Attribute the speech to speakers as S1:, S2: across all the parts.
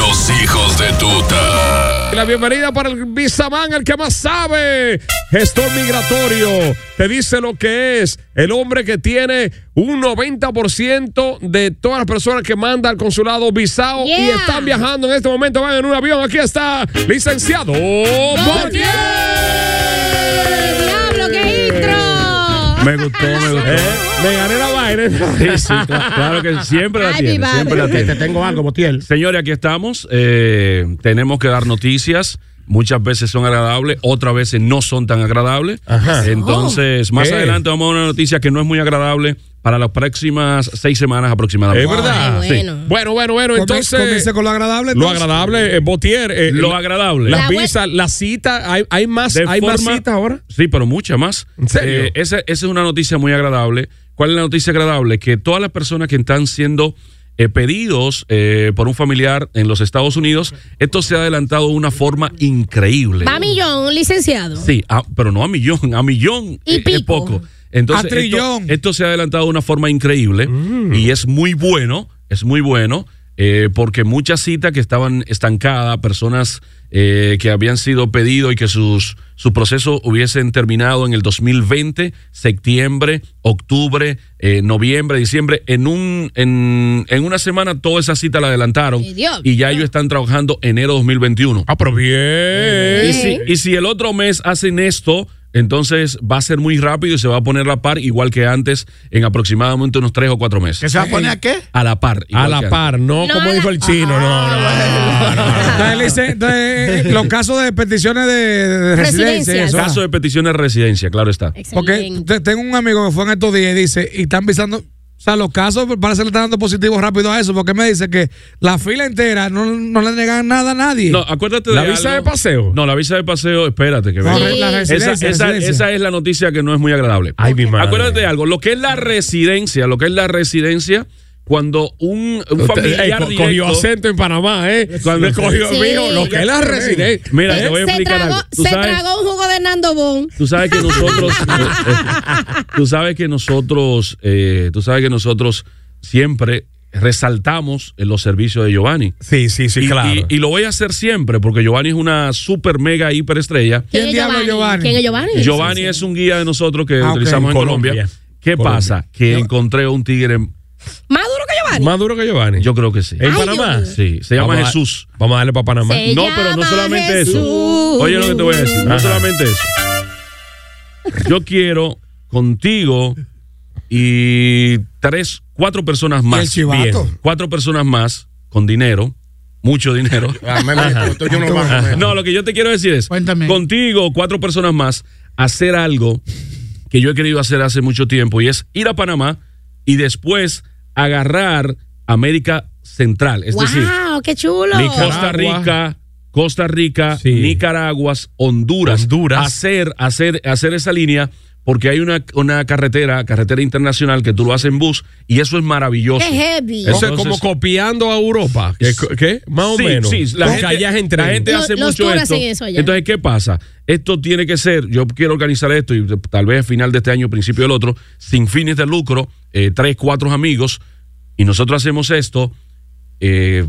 S1: Los hijos de tuta.
S2: La bienvenida para el Visaman, el que más sabe. Gestor migratorio. Te dice lo que es el hombre que tiene un 90% de todas las personas que manda al consulado visado y
S3: Yeah.
S2: están viajando en este momento. Van en un avión. Aquí está, licenciado Borges.
S3: ¡Diablo, qué intro!
S4: Me gustó, me gustó.
S2: Eh, Me gané la vaina.
S4: Sí, sí, cla- claro, que siempre la
S3: Ay, mi
S4: tiene,
S3: madre.
S4: siempre la tiene.
S2: tengo algo, Botiel.
S4: Señores, aquí estamos. eh, tenemos que dar noticias. Muchas veces son agradables, otras veces no son tan agradables.
S3: Oh.
S4: Entonces, más
S2: ¿Qué?
S4: adelante vamos a una noticia que no es muy agradable para las próximas seis semanas aproximadamente.
S2: Es verdad.
S3: Ay,
S2: Sí.
S3: bueno.
S2: Bueno, bueno, bueno. Entonces.
S5: con lo agradable.
S2: Lo agradable, eh, Botier. eh,
S4: Lo
S2: la-
S4: agradable.
S2: Las
S3: La web-
S2: visas, las citas. Hay, hay más,
S4: De
S2: hay más
S4: forma-
S2: citas ahora.
S4: Sí, pero mucha más.
S2: ¿En serio?
S4: Eh, esa, esa es una noticia muy agradable. ¿Cuál es la noticia agradable? Que todas las personas que están siendo eh, pedidos eh, por un familiar en los Estados Unidos, esto se ha adelantado de una forma increíble.
S3: Va a millón, licenciado.
S4: Sí, a- pero no a millón, a millón
S3: Y
S4: eh, es
S3: pico.
S4: poco. Entonces,
S5: A
S4: esto,
S5: trillón. Mm.
S4: esto se ha adelantado de una forma increíble y es muy bueno, es muy bueno, eh, porque muchas citas que estaban estancadas, personas eh, que habían sido pedido y que sus, su proceso hubiesen terminado en el 2020, septiembre, octubre, eh, noviembre, diciembre, en, un, en, en una semana toda esa cita la adelantaron
S3: Y Dios.
S4: y ya ellos están trabajando enero 2021.
S2: Ah, pero bien.
S3: Eh,
S4: Y si, y si el otro mes hacen esto, entonces va a ser muy rápido y se va a poner a la par igual que antes en aproximadamente unos tres o cuatro meses.
S5: se va a poner a qué?
S4: A la par. igual
S2: A la
S4: que
S2: par, no,
S3: No,
S2: como
S3: a
S2: dijo
S3: la-
S2: el chino, no, no, no, no,
S4: Ah.
S2: no.
S5: eh, los casos de peticiones de, de residencia. y
S3: Residencias.
S5: eso.
S4: antes. Caso de peticiones de residencia, claro está.
S5: Porque
S3: Excelente.
S5: te- tengo un amigo que fue en estos días y dice, y están visando. O sea, los casos parece que le están dando positivos rápido a eso, porque me dice que la fila entera no, no le negan nada a nadie.
S4: No, acuérdate
S2: ¿La
S4: de
S2: visa
S4: algo.
S2: de paseo?
S4: No, la visa de paseo, espérate que
S5: La
S4: venga.
S5: re- la
S3: Sí.
S4: Esa,
S5: residencia,
S4: esa-
S5: residencia.
S4: esa es la noticia que no es muy agradable.
S2: Ay, mi madre.
S4: Acuérdate de algo, lo que es la residencia, lo que es la residencia, cuando un, un
S2: Usted, eh,
S4: familiar
S2: co-
S4: directo-
S2: cogió acento en Panamá, ¿eh? Cuando cogió,
S3: Sí.
S2: mijo, lo que es la residencia.
S4: Mira, te
S3: se,
S4: voy a
S3: se
S4: explicar
S3: tragó,
S4: algo. Tú
S3: se
S4: sabes-
S3: tragó un jugo de Nando Bon.
S4: Tú sabes que nosotros, tú sabes que nosotros, eh, tú sabes que nosotros siempre resaltamos en los servicios de Giovanni.
S2: Sí, sí, sí,
S4: y,
S2: claro.
S4: y- y lo voy a hacer siempre porque Giovanni es una super mega hiperestrella.
S5: ¿Quién diablo es Giovanni?
S3: ¿Quién es Giovanni?
S4: Giovanni es un guía de nosotros que
S5: Ah, ok.
S4: utilizamos en Colombia.
S2: Colombia.
S4: ¿Qué
S2: Colombia.
S4: pasa? Que encontré un tigre,
S3: ¿Más duro que Giovanni?
S2: Más duro que Giovanni.
S4: yo creo que sí.
S2: ¿En
S3: Ay,
S2: Panamá?
S3: Dios mío.
S4: Sí, se llama
S2: Vamos a-
S4: Jesús.
S2: Vamos a darle para Panamá.
S3: Se
S4: No, pero no
S3: llama
S4: solamente eso.
S3: Jesús.
S4: Oye lo que te voy a decir. No
S2: Ajá.
S4: solamente eso. Yo quiero contigo y tres, cuatro personas más.
S5: el chivato?
S4: Bien. Cuatro personas más con dinero, mucho dinero.
S2: Ah,
S4: No, lo que yo te quiero decir es,
S5: Cuéntame.
S4: contigo, cuatro personas más, hacer algo que yo he querido hacer hace mucho tiempo y es ir a Panamá y después agarrar América Central. Es decir,
S3: ¡Wow! ¡Qué chulo!
S4: ni Costa Rica, Costa Rica,
S2: Sí.
S4: Nicaragua, Honduras,
S2: Honduras.
S4: hacer hacer hacer esa línea porque hay una, una carretera, carretera internacional que tú lo haces en bus y eso es maravilloso.
S3: Qué heavy.
S2: Eso es
S4: Entonces-
S2: como copiando a Europa. ¿Qué? qué? Más o
S4: Sí,
S2: menos.
S4: sí, la
S2: Con
S4: gente-
S2: callaje en
S4: la
S2: tren.
S4: gente
S3: Lo-
S4: hace
S3: los
S4: mucho
S3: tours
S4: esto.
S3: hacen eso allá.
S4: Entonces, ¿qué pasa? Esto tiene que ser, yo quiero organizar esto y tal vez a final de este año, principio del otro, sin fines de lucro, eh, tres, cuatro amigos, y nosotros hacemos esto. eh,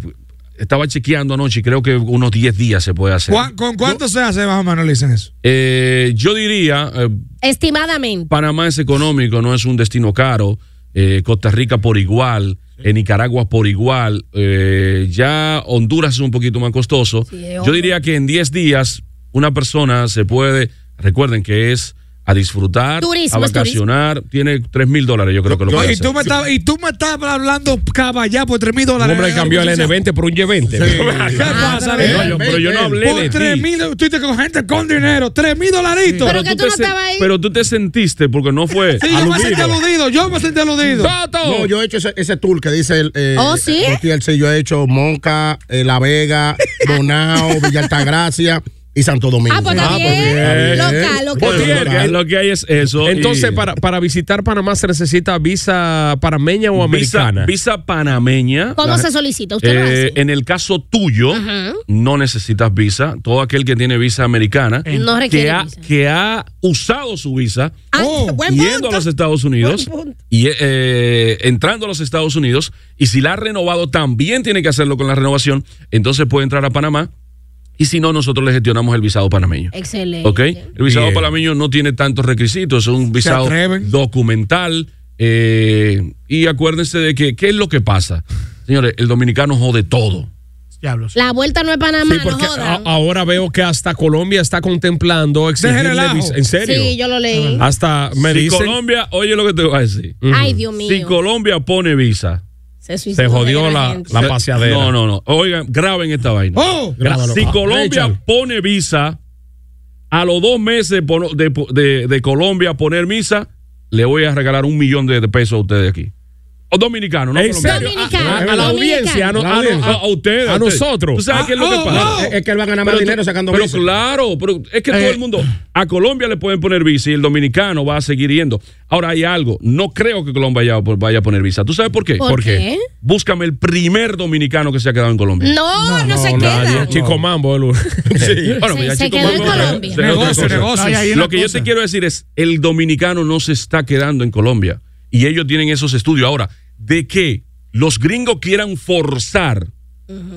S4: estaba chequeando anoche, y creo que unos 10 días se puede hacer.
S5: ¿Cuán- ¿Con cuánto se hace más o menos, le dicen eso?
S4: Eh, yo diría, eh,
S3: Estimadamente.
S4: Panamá es económico, no es un destino caro. Eh, Costa Rica por igual. eh, Nicaragua por igual. eh, ya Honduras es un poquito más costoso.
S3: Sí, es
S4: Yo
S3: hombre.
S4: diría que en 10 días una persona se puede. Recuerden que es a disfrutar,
S3: Turismo,
S4: a
S3: es turismo.
S4: vacacionar. Tiene 3 mil dólares, yo creo que lo
S2: Yo-
S4: puede
S5: Y
S4: hacer.
S5: tú, me estabas, y tú me estabas hablando caballá por 3 mil
S2: Un
S5: dólares.
S2: hombre que cambió el N20 por un Y20.
S5: ¿Qué pasa, Ariel?
S3: pero-
S4: No, yo- pero yo no hablé de
S5: Por
S4: ti.
S5: 3 mil, estuviste con gente con dinero, 3 mil dolaritos.
S3: Pero que tú no estabas ahí.
S4: pero tú te sentiste porque no fue.
S5: Sí, yo me sentí aludido, yo me sentí aludido.
S6: No, yo he hecho ese, ese tour que dice el. eh,
S3: Oh, ¿sí?
S6: Gutiérrez, sí, yo he hecho Monca, eh, La Vega, Bonao, Villa Altagracia y Santo Domingo.
S3: Ah, pues está
S2: Ah, pues bien.
S3: bien. Local,
S4: Bueno,
S3: local.
S2: Oye,
S4: lo, que, lo que hay es eso.
S2: Pues Entonces,
S4: y-
S2: para, para visitar Panamá se necesita visa panameña o
S4: visa,
S2: americana.
S4: visa panameña.
S3: ¿Cómo
S4: La-
S3: se solicita? Usted lo hace.
S4: Eh, en el caso tuyo,
S3: Ajá.
S4: no necesitas visa. Todo aquel que tiene visa americana,
S3: No
S4: que
S3: requiere
S4: ha,
S3: visa.
S4: que ha usado su visa
S3: Ah,
S5: Oh,
S3: buen
S4: yendo
S3: punto.
S4: a los Estados Unidos
S3: Buen punto.
S4: y eh, entrando a los Estados Unidos, y si la ha renovado, también tiene que hacerlo con la renovación, entonces puede entrar a Panamá. Y si no, nosotros le gestionamos el visado panameño.
S3: Excelente.
S4: ¿Ok? El visado
S2: Bien.
S4: panameño no tiene tantos requisitos, es un visado
S5: atreven.
S4: documental. eh, y acuérdense de que, ¿qué es lo que pasa? Señores, el dominicano jode todo.
S7: Diablos.
S3: La vuelta no es Panamá,
S2: Sí, porque ah,
S3: no
S2: a-
S3: jodan.
S2: ahora veo que hasta Colombia está contemplando exigirle
S5: relajo.
S2: visa. ¿En serio? Ah,
S3: sí, yo lo leí.
S2: Hasta me
S4: si
S2: dicen.
S4: Colombia, oye lo que te voy a decir.
S3: Ay, Dios mío.
S4: Si Colombia pone visa,
S3: se, suicidó
S2: se jodió la-
S3: gente.
S2: la- paseadera.
S4: No, no, no. Oigan, graben esta vaina.
S5: Oh,
S4: Gra-
S2: grábalo.
S4: si
S2: Ah,
S4: Colombia
S2: Richard.
S4: pone visa, a los dos meses por- de, de- de Colombia poner visa, le voy a regalar un millón de de pesos a ustedes aquí. O dominicanos, no
S2: ¿En serio? Ah,
S4: colombianos.
S3: Dominicano,
S2: A, a- a la
S3: dominicano.
S2: audiencia, a, no-
S6: La
S2: a no-
S6: audiencia.
S4: Ah, A, a ustedes.
S2: A
S4: ustedes.
S2: nosotros.
S4: ¿Tú sabes
S5: Ah,
S4: qué es lo que
S5: oh,
S4: pasa? Eh,
S5: oh.
S6: Es- Es que él va a ganar más
S4: Pero tú-
S6: dinero sacando
S4: pero
S6: visa.
S4: claro, pero es que todo el mundo. A Colombia le pueden poner visa y el dominicano va a seguir yendo. Ahora hay algo. No creo que Colombia vaya, vaya a poner visa. ¿Tú sabes por qué?
S3: ¿Por
S4: ¿Por qué?
S3: qué?
S4: Búscame el primer dominicano que se ha quedado en Colombia.
S3: No, no, se
S2: Nadie,
S3: queda.
S2: Ah, Chico Mambo, el
S4: Bueno,
S3: Se-
S4: mira,
S3: Mm, se
S4: Chico
S3: quedó en
S4: Mambo,
S3: Colombia.
S4: se- otra
S5: negocio,
S4: cosa.
S5: negocio.
S7: Ay, ay,
S4: Lo que yo te quiero decir es, el dominicano no se está quedando en Colombia. Y ellos tienen esos estudios. Ahora, de que los gringos quieran forzar,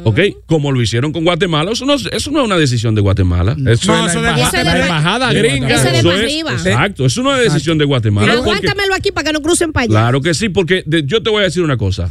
S4: ¿ok? Como lo hicieron con Guatemala, eso no, es- eso no es una decisión de Guatemala. Eso
S5: No,
S2: es
S5: eso de-
S2: la
S3: eso
S2: embajada,
S3: de-
S2: la embajada
S3: eso de-
S2: gringa.
S3: eso de-
S2: Eso-
S3: para arriba.
S4: Exacto, eso Ah, no es decisión de Guatemala. porque-
S3: Aguántamelo aquí para que no crucen para allá.
S4: Claro que sí, porque de- yo te voy a decir una cosa.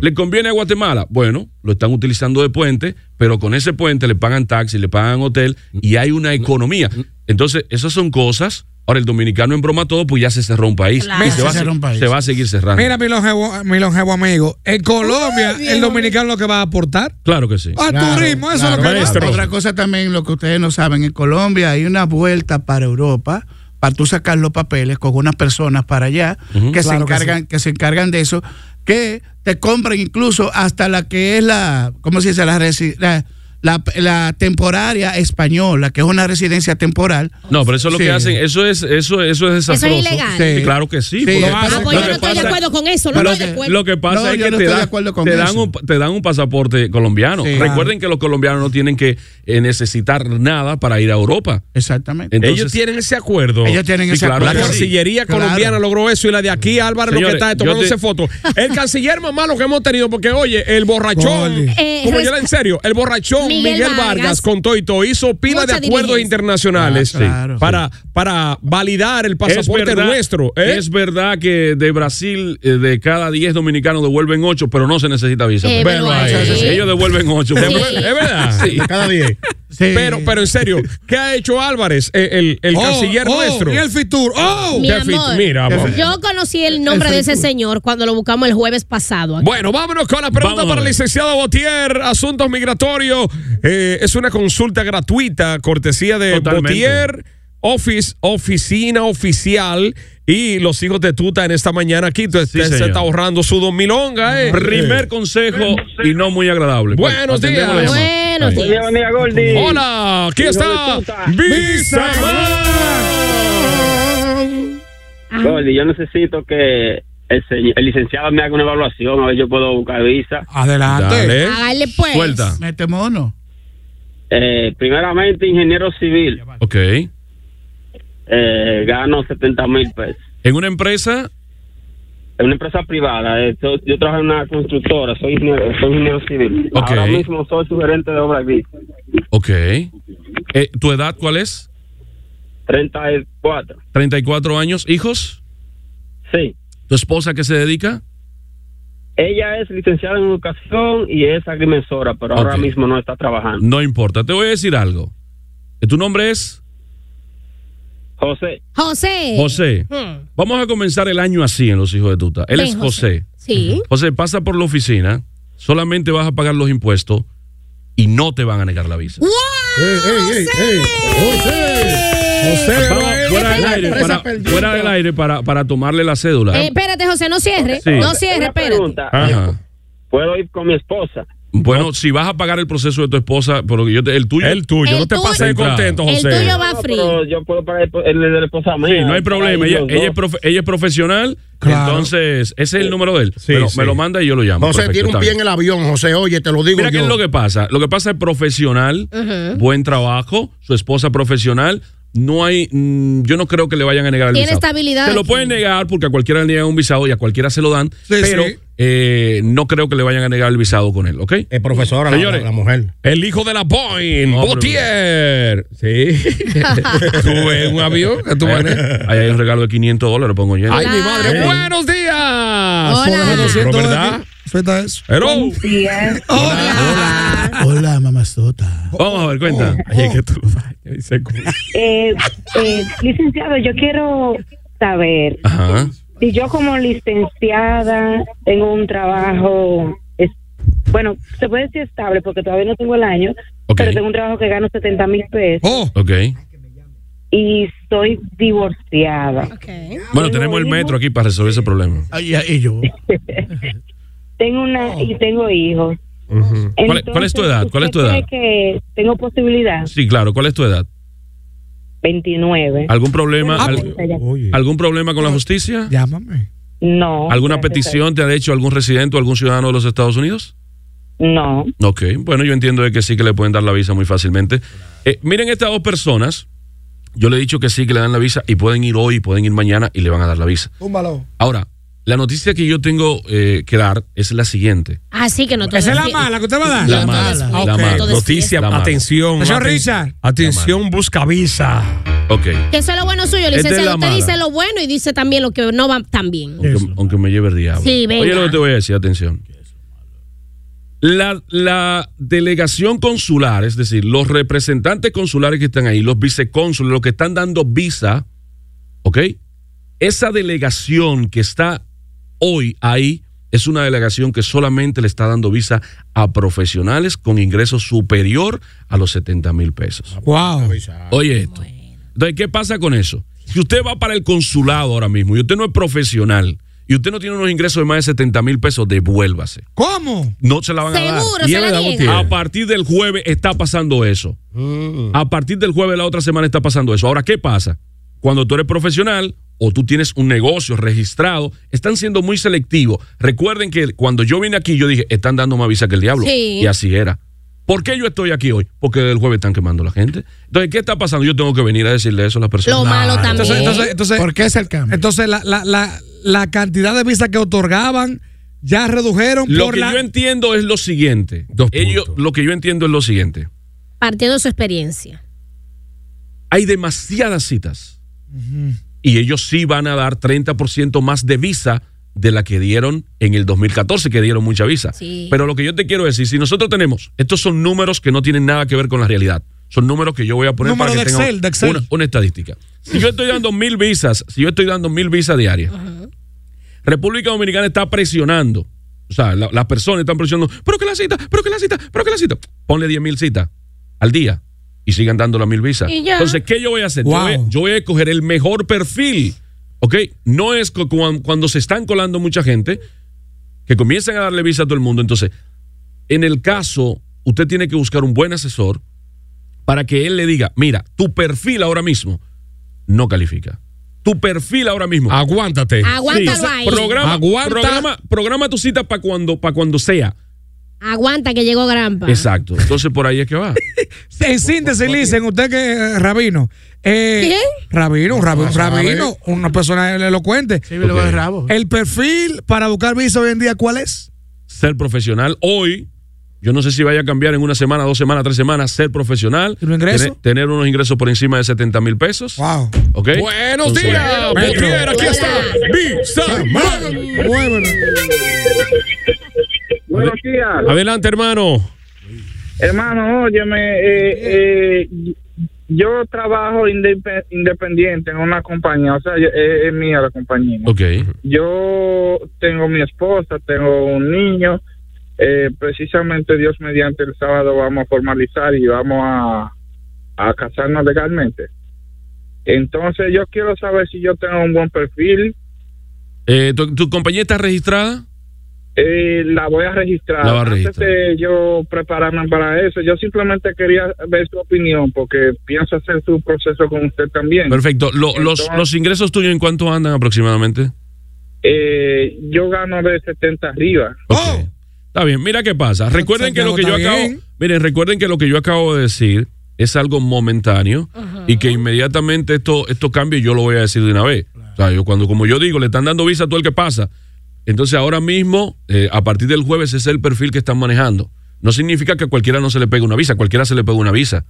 S4: ¿Le conviene a Guatemala? Bueno, lo están utilizando de puente, pero con ese puente le pagan taxi, le pagan hotel y hay una economía. Entonces, esas son cosas. Ahora, el dominicano en broma todo, pues ya se cerró un país.
S3: Claro.
S4: Y se, va a,
S7: Se cerró un país.
S4: se va a seguir cerrando.
S5: Mira, mi longevo, mi longevo amigo, en Colombia, el dominicano lo que va a aportar
S4: claro que sí.
S5: al
S7: Claro,
S5: turismo, eso es lo que
S7: claro.
S5: va a
S2: Maestro.
S7: Otra cosa también, lo que ustedes no saben, en Colombia hay una vuelta para Europa para tú sacar los papeles con unas personas para allá que se
S5: Claro que
S7: encargan, que, se encargan de eso, que te compran incluso hasta la que es la, ¿cómo se dice? La, resi- la, la- la temporaria española, que es una residencia temporal.
S4: No, pero eso es lo
S7: Sí.
S4: que hacen. Eso es, eso, eso es
S3: es
S4: desastroso.
S3: ilegal.
S7: Sí.
S4: Claro que sí.
S7: Sí,
S4: porque-
S7: lo hacen.
S3: Ah, pues yo
S4: lo que
S3: no estoy de
S4: pasa-
S3: acuerdo con eso. No
S4: Lo
S3: estoy de
S4: que,
S3: acuerdo.
S4: lo que pasa
S7: No,
S4: es
S7: yo
S4: que
S7: no
S4: te,
S7: estoy de
S4: da-
S7: acuerdo con
S4: te dan
S7: eso.
S4: un, te dan un pasaporte colombiano.
S7: Sí.
S4: Recuerden que los colombianos no tienen que eh, necesitar nada para ir a Europa.
S7: Exactamente.
S4: Entonces-
S2: ellos tienen ese acuerdo.
S7: Ellos tienen
S4: Sí,
S7: ese
S4: claro
S7: acuerdo.
S2: La
S4: que sí.
S2: Cancillería
S7: Claro.
S2: colombiana logró eso y la de aquí, Álvaro, lo que
S4: Señores,
S2: está
S4: yo
S2: tomándose
S4: te-
S2: fotos. El canciller más malo que hemos tenido, porque oye, el borrachón,
S5: Ole.
S3: Eh,
S2: como yo
S3: res-
S2: en serio, el borrachón Miguel,
S3: Miguel
S2: Vargas,
S3: Vargas
S2: con Toito hizo pila de
S3: Mucha
S2: acuerdos
S3: diligencia.
S2: internacionales
S7: Ah, claro.
S2: sí, para, para validar el pasaporte nuestro. ¿eh?
S4: es verdad que de Brasil, eh, de cada 10 dominicanos devuelven 8, pero no se necesita visa.
S3: Eh,
S2: Velo
S3: velo
S2: ahí.
S3: ahí.
S2: Sí.
S4: Ellos devuelven 8.
S2: Es verdad.
S4: Sí.
S6: Cada día.
S7: Sí.
S2: Pero, pero en serio, ¿qué ha hecho Álvarez, eh, el, el
S5: Oh,
S2: canciller
S5: oh,
S2: nuestro?
S5: Y el Fitur. ¡Oh!
S3: Mi
S2: Qué fit-
S3: amor,
S2: mira, vamos.
S3: yo conocí el nombre de ese señor cuando lo buscamos el jueves pasado.
S2: Bueno, vámonos con la pregunta
S4: Vamos a
S2: para el
S4: ver.
S2: licenciado Botier. Asuntos migratorios. Eh, es una consulta gratuita, cortesía de
S4: Totalmente.
S2: Botier Office, oficina oficial. Y los hijos de Tuta en esta mañana aquí. Entonces,
S4: Sí,
S2: usted se
S4: señor.
S2: está ahorrando su dos milonga, eh.
S4: Primer consejo y no muy agradable. Pues,
S2: Buenos
S4: Atendemos
S2: días.
S4: la llamada.
S3: Buenos
S4: Ahí.
S3: días.
S2: Hola, aquí está Visa
S8: Gordy, yo necesito que el, señ- el licenciado me haga una evaluación, a ver yo puedo buscar visa.
S4: Ah.
S5: Adelante.
S2: Dale.
S3: Hágale pues.
S4: Suelta.
S7: Mete mono.
S8: Eh, primeramente, ingeniero civil,
S4: Ok.
S8: eh, gano 70 mil pesos.
S4: En una empresa,
S8: En una empresa privada, eh, yo, yo trabajo en una constructora, soy ingeniero, soy ingeniero civil.
S4: Ok.
S8: Ahora mismo soy su gerente de obra aquí,
S4: ok. Eh, ¿Tu edad cuál es?
S8: 34.
S4: 34 años. ¿Hijos?
S8: Sí.
S4: ¿Tu esposa qué se dedica?
S8: Ella es licenciada en educación y es agrimensora, pero ahora
S4: Ok.
S8: mismo no está trabajando.
S4: No importa. Te voy a decir algo. Eh, ¿Tu nombre es?
S8: José,
S3: José.
S4: José.
S3: Hmm.
S4: Vamos a comenzar el año así en Los Hijos de Tuta. Él
S3: Ven,
S4: es José.
S3: Sí.
S4: José, pasa por la oficina, solamente vas a pagar los impuestos y no te van a negar la visa.
S3: ¡Wow!
S6: Ey, ey, ey, ey.
S2: José,
S4: Vamos, fuera del aire, para, fuera del aire para, para tomarle la cédula.
S3: Eh, espérate, José, no cierre.
S4: Sí.
S3: No cierre,
S8: una
S3: espérate.
S8: pregunta.
S4: Ajá.
S8: ¿Puedo ir con mi esposa?
S4: Bueno, si vas a pagar el proceso de tu esposa, pero Pues yo te- el tuyo.
S2: el tuyo.
S3: El
S2: no te
S3: tuyo.
S2: pases de contento,
S3: El
S2: José.
S3: tuyo va
S8: No,
S3: frío.
S8: pero yo puedo pagar el el de la esposa mía.
S4: Sí, no hay problema.
S8: Ahí
S4: Ella,
S8: los
S4: ella es,
S8: dos.
S4: profe- ella es profesional,
S5: Claro.
S4: entonces ese es el número de él.
S2: Sí,
S4: me, lo,
S2: sí.
S4: me lo manda y yo lo llamo.
S6: José,
S4: Perfecto,
S6: tiene un
S4: está
S6: pie en
S4: bien.
S6: el avión, José. Oye, te lo digo
S4: Mira qué
S6: yo.
S4: es lo que pasa. Lo que pasa es profesional, buen trabajo, su esposa profesional. No hay, mm, yo no creo que le vayan a negar el
S3: Tiene
S4: visado.
S3: estabilidad
S4: Se lo
S3: aquí.
S4: pueden negar porque a cualquiera le niegan un visado y a cualquiera se lo dan, pero
S5: sí.
S4: eh, no creo que le vayan a negar el visado con él, ¿ok?
S6: Eh, profesora, la-
S4: Señores.
S6: la, la mujer.
S2: El hijo de la Boeing,
S4: No, pero-
S2: Botier. Sí. Sube en un avión. que tú
S4: Ahí
S2: manejas.
S4: ahí hay un regalo de 500 dólares, pongo yo.
S2: Ay, mi
S3: Claro.
S2: madre. Buenos días.
S3: Hola.
S2: Pero, ¿Verdad?
S5: ¿Verdad? Suelta eso.
S2: Hello.
S3: Hola.
S7: Hola, mamazota.
S4: Vamos a ver, cuenta.
S2: Oye, Oh, que tú lo dice como-
S9: Eh, eh, licenciado, yo quiero saber
S4: Ajá.
S9: si yo como licenciada tengo un trabajo, es- bueno, se puede decir estable porque todavía no tengo el año,
S4: Ok.
S9: pero tengo un trabajo que gano 70 mil pesos
S5: Oh,
S4: Ok.
S9: y soy divorciada.
S3: Ok.
S4: Bueno, tenemos el metro aquí para resolver ese problema.
S7: Ay, ay, yo.
S9: Tengo una y tengo hijos.
S4: Oh. ¿Cuál- cuál es tu edad? ¿Cuál es tu
S9: ¿usted cree
S4: edad?
S9: que tengo posibilidad?
S4: Sí, claro. ¿Cuál es tu edad?
S9: 29.
S4: ¿Algún problema? al-
S9: Ella-
S4: ¿Algún problema con la justicia?
S5: llámame.
S9: No.
S4: ¿Alguna
S9: gracias a-
S4: petición te ha hecho algún residente o algún ciudadano de los Estados Unidos?
S9: No.
S4: Ok, bueno, yo entiendo de que sí que le pueden dar la visa muy fácilmente. Eh, miren estas dos personas, yo le he dicho que sí que le dan la visa y pueden ir hoy, pueden ir mañana y le van a dar la visa. Ahora, la noticia que yo tengo eh, que dar es la siguiente.
S3: Así que no te
S5: Esa es la
S3: defi-
S5: mala que usted va a dar.
S4: La mala,
S5: Ah,
S4: la
S5: ok.
S4: mala.
S2: Noticia,
S4: La mala.
S2: atención.
S5: Señor
S2: aten-
S5: Richard.
S2: Atención, busca visa.
S4: Ok,
S3: Que eso es lo bueno suyo,
S4: es
S3: licenciado.
S4: la
S3: Usted
S4: mala.
S3: dice lo bueno y dice también lo que no va tan bien.
S4: aunque, aunque me lleve el diablo.
S3: Sí, venga.
S4: Oye lo que te voy a decir, atención. La, la delegación consular, es decir, los representantes consulares que están ahí, los vicecónsules, los que están dando visa, ¿ok? Esa delegación que está hoy ahí es una delegación que solamente le está dando visa a profesionales con ingreso superior a los 70 mil pesos.
S5: Wow.
S4: Oye esto. Entonces, ¿qué pasa con eso? Si usted va para el consulado ahora mismo y usted no es profesional y usted no tiene unos ingresos de más de 70 mil pesos, devuélvase.
S5: ¿Cómo?
S4: No se la van a dar.
S3: Seguro,
S4: Y
S3: se la
S4: es verdad,
S3: niegan.
S4: A partir del jueves está pasando eso.
S2: Mm.
S4: A partir del jueves de la otra semana está pasando eso. Ahora, ¿qué pasa? Cuando tú eres profesional o tú tienes un negocio registrado, están siendo muy selectivos. Recuerden que cuando yo vine aquí, yo dije, están dando más visa que el diablo.
S3: Sí.
S4: Y así era. ¿Por qué yo estoy aquí hoy? Porque del jueves están quemando a la gente. Entonces, ¿qué está pasando? Yo tengo que venir a decirle eso a las personas.
S3: Lo malo también.
S5: Entonces, entonces, entonces,
S7: ¿Por qué es el cambio?
S5: entonces la, la, la, la cantidad de visas que otorgaban ya redujeron
S4: Lo
S5: por
S4: que
S5: la.
S4: yo entiendo es lo siguiente.
S2: Dos
S4: Ellos-
S2: puntos.
S4: lo que yo entiendo es lo siguiente.
S3: Partiendo de su experiencia.
S4: hay demasiadas citas. Y ellos sí van a dar 30% más de visa de la que dieron en el 2014, que dieron mucha visa.
S3: Sí.
S4: Pero lo que yo te quiero decir, si nosotros tenemos, estos son números que no tienen nada que ver con la realidad. Son números que yo voy a poner
S5: Número
S4: para
S5: de
S4: que tengan
S5: Excel, de Excel.
S4: Una, una estadística. Si yo estoy dando mil visas, si yo estoy dando mil visas diarias, República Dominicana está presionando. O sea, la- las personas están presionando. ¿Pero qué la cita? ¿Pero qué la cita? ¿Pero qué la cita? Ponle 10 mil citas al día y sigan dando las mil visas.
S3: Y ya.
S4: Entonces, ¿qué yo voy a hacer? Yo,
S5: Wow.
S4: voy, yo voy a escoger el mejor perfil. ¿Ok? No es cu- cuan- cuando se están colando mucha gente que comiencen a darle visa a todo el mundo. Entonces, en el caso, usted tiene que buscar un buen asesor para que él le diga, mira, tu perfil ahora mismo no califica. tu perfil ahora mismo.
S2: Aguántate.
S3: Aguántalo ahí.
S4: Programa,
S2: Aguanta.
S4: programa, programa tu cita para cuando, pa' cuando sea.
S3: Aguanta que llegó Grampa.
S4: Exacto. Entonces por ahí es que va.
S5: En síntesis, dicen usted que eh, Rabino. Eh, Rabino, Rabino, Rabino, una persona elocuente.
S7: Sí, lo veo rabo.
S5: El perfil para buscar visa hoy en día, ¿cuál es?
S4: Ser profesional hoy. Yo no sé si vaya a cambiar en una semana, dos semanas, tres semanas, ser profesional.
S5: ingreso?
S4: Tener, tener unos ingresos por encima de 70 mil pesos.
S5: Wow.
S4: ¿Ok?
S2: Buenos
S4: Entonces-
S2: días, Botier, aquí
S3: Hola.
S2: está. Bisamán.
S10: Buenos días.
S4: Adelante, hermano.
S10: Hermano, óyeme, eh, eh, yo trabajo indepe- independiente en una compañía, o sea, yo- eh, es, es mía la compañía.
S4: Ok.
S10: Yo tengo mi esposa, tengo un niño, eh, precisamente Dios mediante el sábado vamos a formalizar y vamos a, a casarnos legalmente. Entonces yo quiero saber si yo tengo un buen perfil,
S4: Eh, ¿tu, tu compañía está registrada?
S10: Eh, la voy a registrar.
S4: La va a registrar.
S10: Antes de yo prepararme para eso, yo simplemente quería ver su opinión porque pienso hacer su proceso con usted también.
S4: Perfecto. Lo- los,
S10: Entonces-
S4: ¿Los ingresos tuyos en cuánto andan aproximadamente?
S10: Eh, yo gano de 70 arriba.
S4: Oh. Está bien, mira qué pasa. Recuerden que lo que yo
S5: Santiago, está
S4: acabo, miren, recuerden que lo que yo acabo de decir es algo momentáneo y que inmediatamente esto, esto cambie, yo lo voy a decir de una vez. O sea, yo cuando, como yo digo, le están dando visa a todo el que pasa. Entonces ahora mismo, eh, a partir del jueves, ese es el perfil que están manejando. No significa que a cualquiera no se le pegue una visa, a cualquiera se le pegue una visa.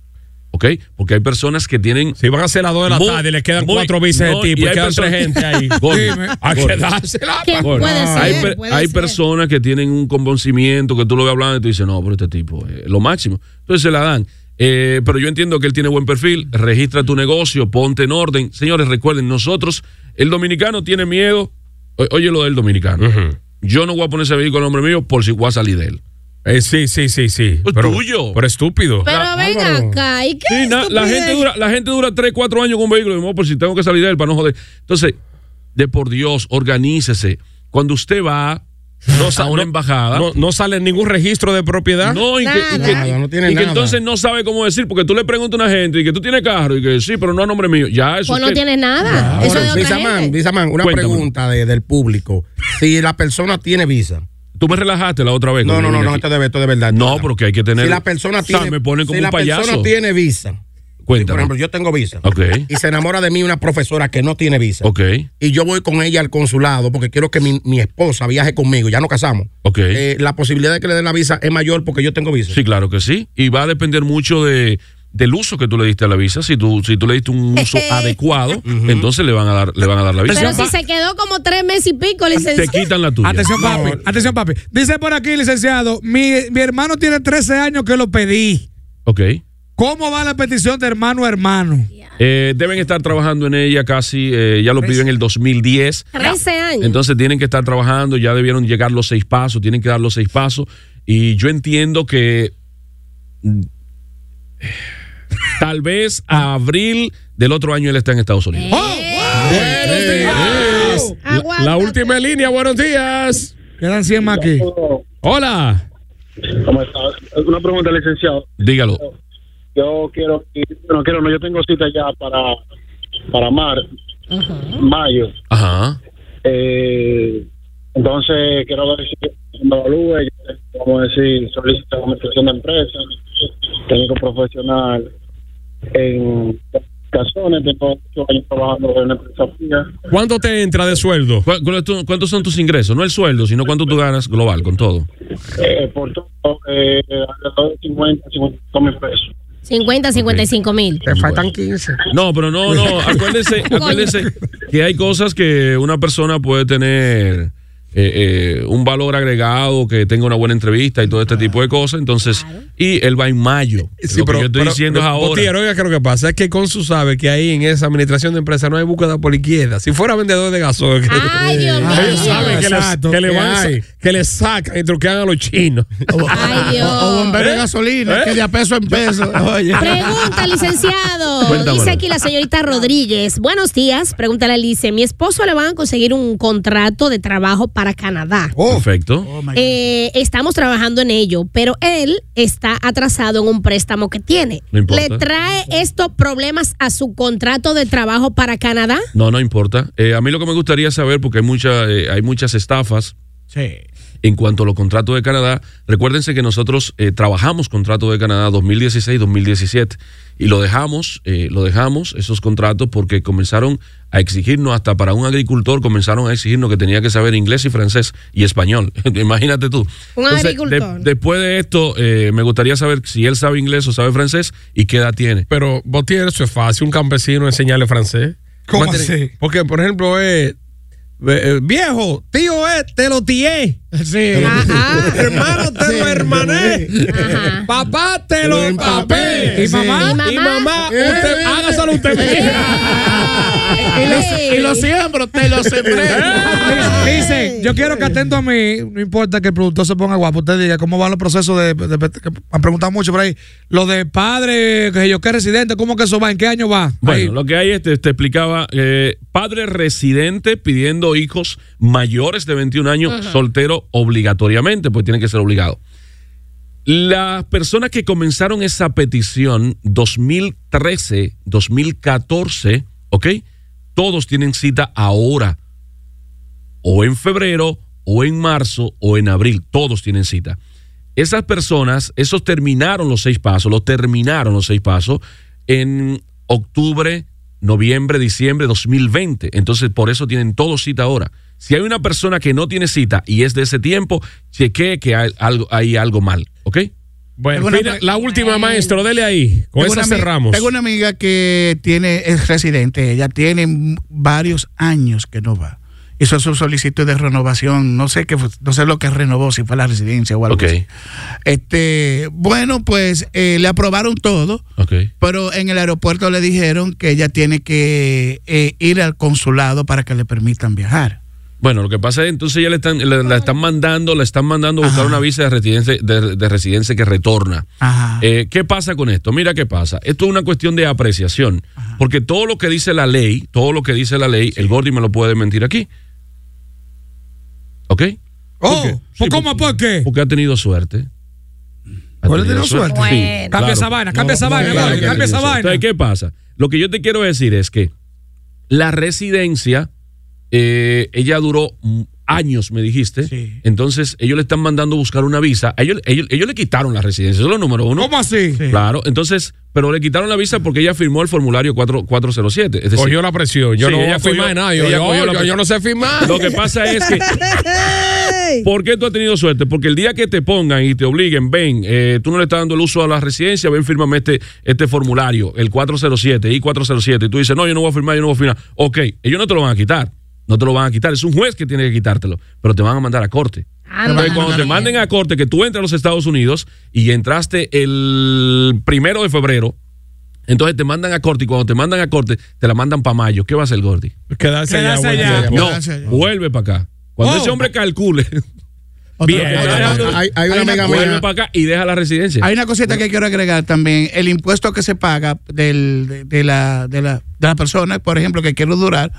S4: ¿Ok? Porque hay personas que tienen.
S2: Si van a hacer las 2 de la
S4: Muy-
S2: tarde y les quedan
S4: muy-
S2: cuatro visas
S4: no,
S2: de tipo
S4: y
S2: y
S4: hay
S2: quedan
S4: personas-
S2: tres gente ahí.
S4: Gordo,
S2: a
S4: gordo.
S2: quedársela.
S3: Que
S2: gordo.
S3: puede ser,
S4: Ah, Hay, per-
S3: puede
S4: hay
S3: ser.
S4: personas que tienen un convencimiento que tú lo ves hablando y tú dices, no, pero este tipo es lo máximo. Entonces se la dan. Eh, pero yo entiendo que él tiene buen perfil, registra tu negocio, ponte en orden. Señores, recuerden, nosotros, el dominicano tiene miedo. O- oye, lo del dominicano. Yo no voy a ponerse a vivir con el nombre mío por si voy a salir de él.
S2: Eh, sí, sí, sí, sí.
S4: Pues tuyo.
S2: Pero estúpido.
S3: Pero ven acá, ¿y qué
S4: Ah, Sí, na- la,
S3: estupidez?
S4: gente dura, la gente dura 3, 4 años con un vehículo. no, por si tengo que salir de él para no joder. Entonces, de por Dios, organícese. Cuando usted va
S6: Ah,
S2: No, sa-
S4: a una
S2: no-
S4: embajada.
S2: no- no sale ningún registro de propiedad.
S4: No, y que, y que-
S6: Nada, no tiene
S4: y que
S6: nada.
S4: entonces no sabe cómo decir, porque tú le preguntas a una gente y que tú tienes carro y que sí, pero no a nombre mío. Ya eso.
S3: Pues no
S4: usted-
S3: tienes nada. Eso de
S6: Ahora,
S3: otra
S6: Visaman,
S3: gente.
S6: Visaman, una
S4: Cuéntame.
S6: pregunta de- del público. Si la persona tiene visa.
S4: Tú me relajaste la otra vez.
S6: No,
S4: cuando
S6: no, no,
S4: vine
S6: no,
S4: aquí.
S6: esto debe, esto de verdad.
S4: No, porque hay que tener.
S6: Si la persona
S4: O sea,
S6: tiene,
S4: me pone como
S6: si
S4: un
S6: la
S4: payaso.
S6: persona tiene visa,
S4: Cuéntame.
S6: por ejemplo, yo tengo visa
S4: Ok,
S6: y se enamora de mí una profesora que no tiene visa
S4: ok,
S6: y yo voy con ella al consulado porque quiero que mi, mi esposa viaje conmigo, ya no casamos.
S4: ok.
S6: Eh, la posibilidad de que le den la visa es mayor porque yo tengo visa.
S4: Sí, claro que sí. Y va a depender mucho de del uso que tú le diste a la visa. Si tú, si tú le diste un uso adecuado, entonces le van a dar, le van a dar la visa.
S3: Pero si se quedó como tres meses y pico,
S4: te
S3: licenciado.
S4: quitan la tuya.
S5: Atención, papi. Atención, papi. Dice por aquí, licenciado, mi, mi hermano tiene 13 años que lo pedí.
S4: Ok.
S5: ¿Cómo va la petición de hermano a hermano?
S4: Eh, deben estar trabajando en ella casi, eh, ya lo pidió en el 2010.
S3: 13 años.
S4: Entonces tienen que estar trabajando, ya debieron llegar los seis pasos, tienen que dar los seis pasos. Y yo entiendo que mm, tal vez a abril del otro año él está en Estados Unidos.
S5: Eh.
S2: Buenos días.
S3: Aguántate.
S2: La última línea, buenos días.
S5: Quedan 100 más aquí.
S2: Hola.
S10: ¿Cómo está? Una pregunta, licenciado.
S4: Dígalo.
S10: Yo quiero, no quiero, no, yo tengo cita ya para, para mar, mayo.
S4: Ajá.
S10: Eh, entonces, quiero ver si me evalúe, vamos a decir, solicita una inspección de empresa, técnico profesional en casones, tengo ocho años trabajando en una empresa fría.
S2: ¿Cuánto te entra de sueldo?
S4: ¿Cuál- cuál es tu- ¿Cuántos son tus ingresos? No el sueldo, sino cuánto tú ganas global con todo.
S10: Eh, por todo, eh, alrededor de 50, 55 mil pesos.
S3: 50, 55 mil.
S6: Te faltan 15.
S4: No, pero no, no. Acuérdense, acuérdense que hay cosas que una persona puede tener eh, eh, un valor agregado, que tenga una buena entrevista y todo este tipo de cosas. Entonces, y él va en mayo. Lo que yo estoy diciendo es
S2: pero,
S4: ahora.
S2: Botier, oiga, que lo que pasa es que Consu sabe que ahí en esa administración de empresa no hay búsqueda por izquierda. Si fuera vendedor de gasolina.
S3: Ay, Dios mío.
S2: Ellos saben que, les-
S5: Exacto.
S2: que le
S5: ¿Qué
S2: van a sa-
S5: hay?
S2: que le sacan y truquean a los chinos.
S3: Ay, Dios.
S7: O bombero de gasolina, que de a peso en peso. Oye.
S3: Pregunta, licenciado.
S4: Cuéntamelo.
S3: Dice aquí la señorita Rodríguez. Buenos días. Pregúntale a Lice. Mi esposo le van a conseguir un contrato de trabajo para Canadá.
S7: Oh
S4: Perfecto.
S3: Eh, estamos trabajando en ello, pero él está atrasado en un préstamo que tiene.
S4: No importa.
S3: ¿Le trae estos problemas a su contrato de trabajo para Canadá?
S4: No, no importa. Eh, a mí lo que me gustaría saber, porque hay, mucha, eh, hay muchas estafas
S7: Sí.
S4: en cuanto a los contratos de Canadá. Recuérdense que nosotros eh, trabajamos contratos de Canadá 2016-2017 y lo dejamos, eh, lo dejamos esos contratos porque comenzaron a exigirnos, hasta para un agricultor comenzaron a exigirnos que tenía que saber inglés y francés y español. Imagínate tú.
S3: Un
S4: de-
S3: agricultor.
S4: después de esto, eh, me gustaría saber si él sabe inglés o sabe francés y qué edad tiene.
S2: Pero vos tienes, eso es fácil, un campesino enseñarle francés.
S5: ¿Cómo
S2: Va a tener-
S5: así?
S2: Porque, por ejemplo, es... viejo, tío, eh, te lo tié.
S6: Sí.
S5: Ah.
S2: Hermano, te lo hermané. Papá, te lo empapé. Eh.
S7: ¿Y mamá?
S2: Y mamá, usted, hágaselo usted
S7: Y lo, y lo siembro, te lo sembré.
S2: ¿Eh?
S5: Eh, Dice, yo quiero que atento a mí, no importa que el productor se ponga guapo, usted diga cómo van los procesos de, de- de- que me han preguntado mucho por ahí, lo de padre, que yo qué residente, cómo que eso va, en qué año va.
S4: Bueno, lo que hay es, te, te explicaba, eh, padre residente pidiendo hijos mayores de 21 años,
S2: Ajá.
S4: soltero obligatoriamente, pues tiene que ser obligado. Las personas que comenzaron esa petición 2013, 2014, ¿ok? Todos tienen cita ahora, o en febrero, o en marzo, o en abril, todos tienen cita. Esas personas, esos terminaron los seis pasos, los terminaron los seis pasos en octubre, noviembre, diciembre 2020. Entonces, por eso tienen todos cita ahora. Si hay una persona que no tiene cita y es de ese tiempo, chequee que hay algo, hay algo mal, ¿ok?
S2: Bueno,
S7: Tengo una
S2: mira,
S7: pre-
S2: la última, maestro, dele ahí. Con
S7: Tengo
S2: esa
S7: una ami-
S2: cerramos.
S7: Tengo una amiga que tiene, es residente, ella tiene m- varios años que no va. Hizo su solicitud de renovación, no sé qué fue- no sé lo que renovó, si fue la residencia o algo
S4: Ok.
S7: así. Este, bueno, pues eh, le aprobaron todo,
S4: Ok.
S7: pero en el aeropuerto le dijeron que ella tiene que eh, ir al consulado para que le permitan viajar.
S4: Bueno, lo que pasa es entonces ya le están, la, la están mandando, la están mandando a buscar una visa de residencia, de, de residencia que retorna. Eh, ¿Qué pasa con esto? Mira qué pasa. Esto es una cuestión de apreciación. Porque todo lo que dice la ley, todo lo que dice la ley, el Gordi me lo puede mentir aquí. ¿Ok?
S5: Oh, ¿por ¿cómo? ¿Por qué?
S4: Porque ha tenido suerte.
S5: ¿Cuál ha tenido suerte? Bueno. Cambia esa vaina, cambia esa vaina,
S4: que
S5: cambia
S4: ha tenido
S5: esa
S4: suerte.
S5: vaina.
S4: Entonces, ¿qué pasa? Lo que yo te quiero decir es que la residencia, eh, ella duró mm, años, me dijiste. Entonces, ellos le están mandando buscar una visa. A Ellos, ellos, ellos le quitaron la residencia, eso es lo número uno.
S5: ¿Cómo así?
S4: Claro, entonces, pero le quitaron la visa porque ella firmó el formulario 4, 407. Es decir,
S2: Cogió la presión. Yo
S4: Sí,
S2: no voy
S4: ella
S2: a
S4: cogió-
S2: firmar de nada. Yo,
S4: ella
S2: yo-
S4: cogió la
S2: yo-
S4: presión.
S2: yo no sé firmar.
S4: Lo que pasa es que. ¿Por qué tú has tenido suerte? Porque el día que te pongan y te obliguen, ven, eh, tú no le estás dando el uso a la residencia, ven, fírmame este, este formulario, el 407, I-407, y tú dices, no, yo no voy a firmar, yo no voy a firmar. Ok, ellos no te lo van a quitar. No te lo van a quitar. Es un juez que tiene que quitártelo, pero te van a mandar a corte. Entonces, cuando te manden a corte, que tú entras a los Estados Unidos y entraste el primero de febrero, entonces te mandan a corte y cuando te mandan a corte, te la mandan para mayo. ¿Qué va a hacer Gordy?
S2: Quedarse allá.
S5: Quedarse pues.
S2: buen
S5: allá.
S2: tiempo.
S4: No,
S2: Quedarse
S4: vuelve para acá. Cuando
S2: Oh.
S4: ese hombre calcule. Bien,
S7: Eh,
S6: Hay- hay una amiga
S4: vuelve
S6: mía-
S4: para acá y deja la residencia.
S7: Hay una cosita que quiero agregar también, el impuesto que se paga del, de, de la, de, la, de la persona, por ejemplo, que quiere durar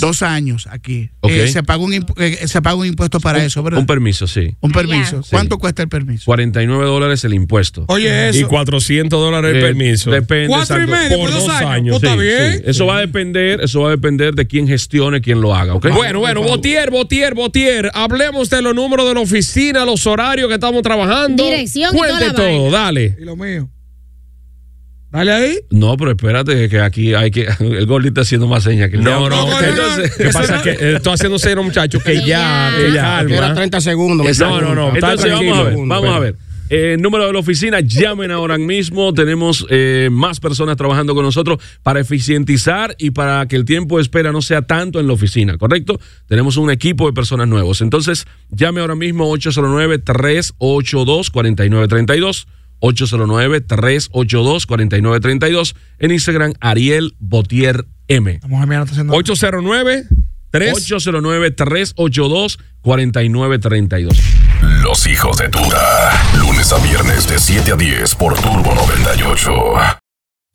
S7: dos años aquí.
S4: Ok.
S7: Eh, se, paga un impu- eh, se paga un impuesto para eso, ¿verdad?
S4: Un
S7: Un,
S4: permiso, sí.
S7: permiso. ¿Cuánto cuesta el permiso?
S4: 49 dólares el impuesto.
S5: Oye, eso.
S2: Y 400 dólares el
S4: Eh,
S2: permiso.
S4: Depende.
S5: Cuatro y
S4: exacto,
S5: medio por dos años. Pues está bien.
S4: Eso va a depender, eso va a depender de quién gestione, quién lo haga, ¿ok?
S2: Bueno, bueno, Botier, Botier, Botier. Hablemos de los números de la oficina, los horarios que estamos trabajando.
S3: Dirección y toda
S2: Cuente
S3: la
S2: todo, dale.
S5: Y lo mío. Dale ahí.
S4: No, pero espérate que aquí hay que el gol está haciendo más señas que el
S2: No,
S4: diablo.
S2: no,
S5: no,
S2: que-
S5: no, no.
S2: ¿qué pasa? Que eh, estoy haciendo serio, muchacho, que ya, que ya,
S6: Era
S2: calma.
S6: 30 segundos. me
S4: Exacto.
S6: salió.
S2: no, no, está
S4: Entonces vamos
S2: tranquilo.
S4: a ver, vamos a ver. Eh, número de la oficina, llamen ahora mismo. Tenemos eh, más personas trabajando con nosotros para eficientizar y para que el tiempo de espera no sea tanto en la oficina, ¿correcto? Tenemos un equipo de personas nuevos. Entonces, llame ahora mismo 809-382-4932. 809-382-4932. En Instagram, Ariel Botier M.
S5: Vamos a mirar, está haciendo.
S2: 809 3
S4: 809-382-4932.
S1: Los hijos de Duda. Lunes a viernes de 7 a 10 por Turbo 98.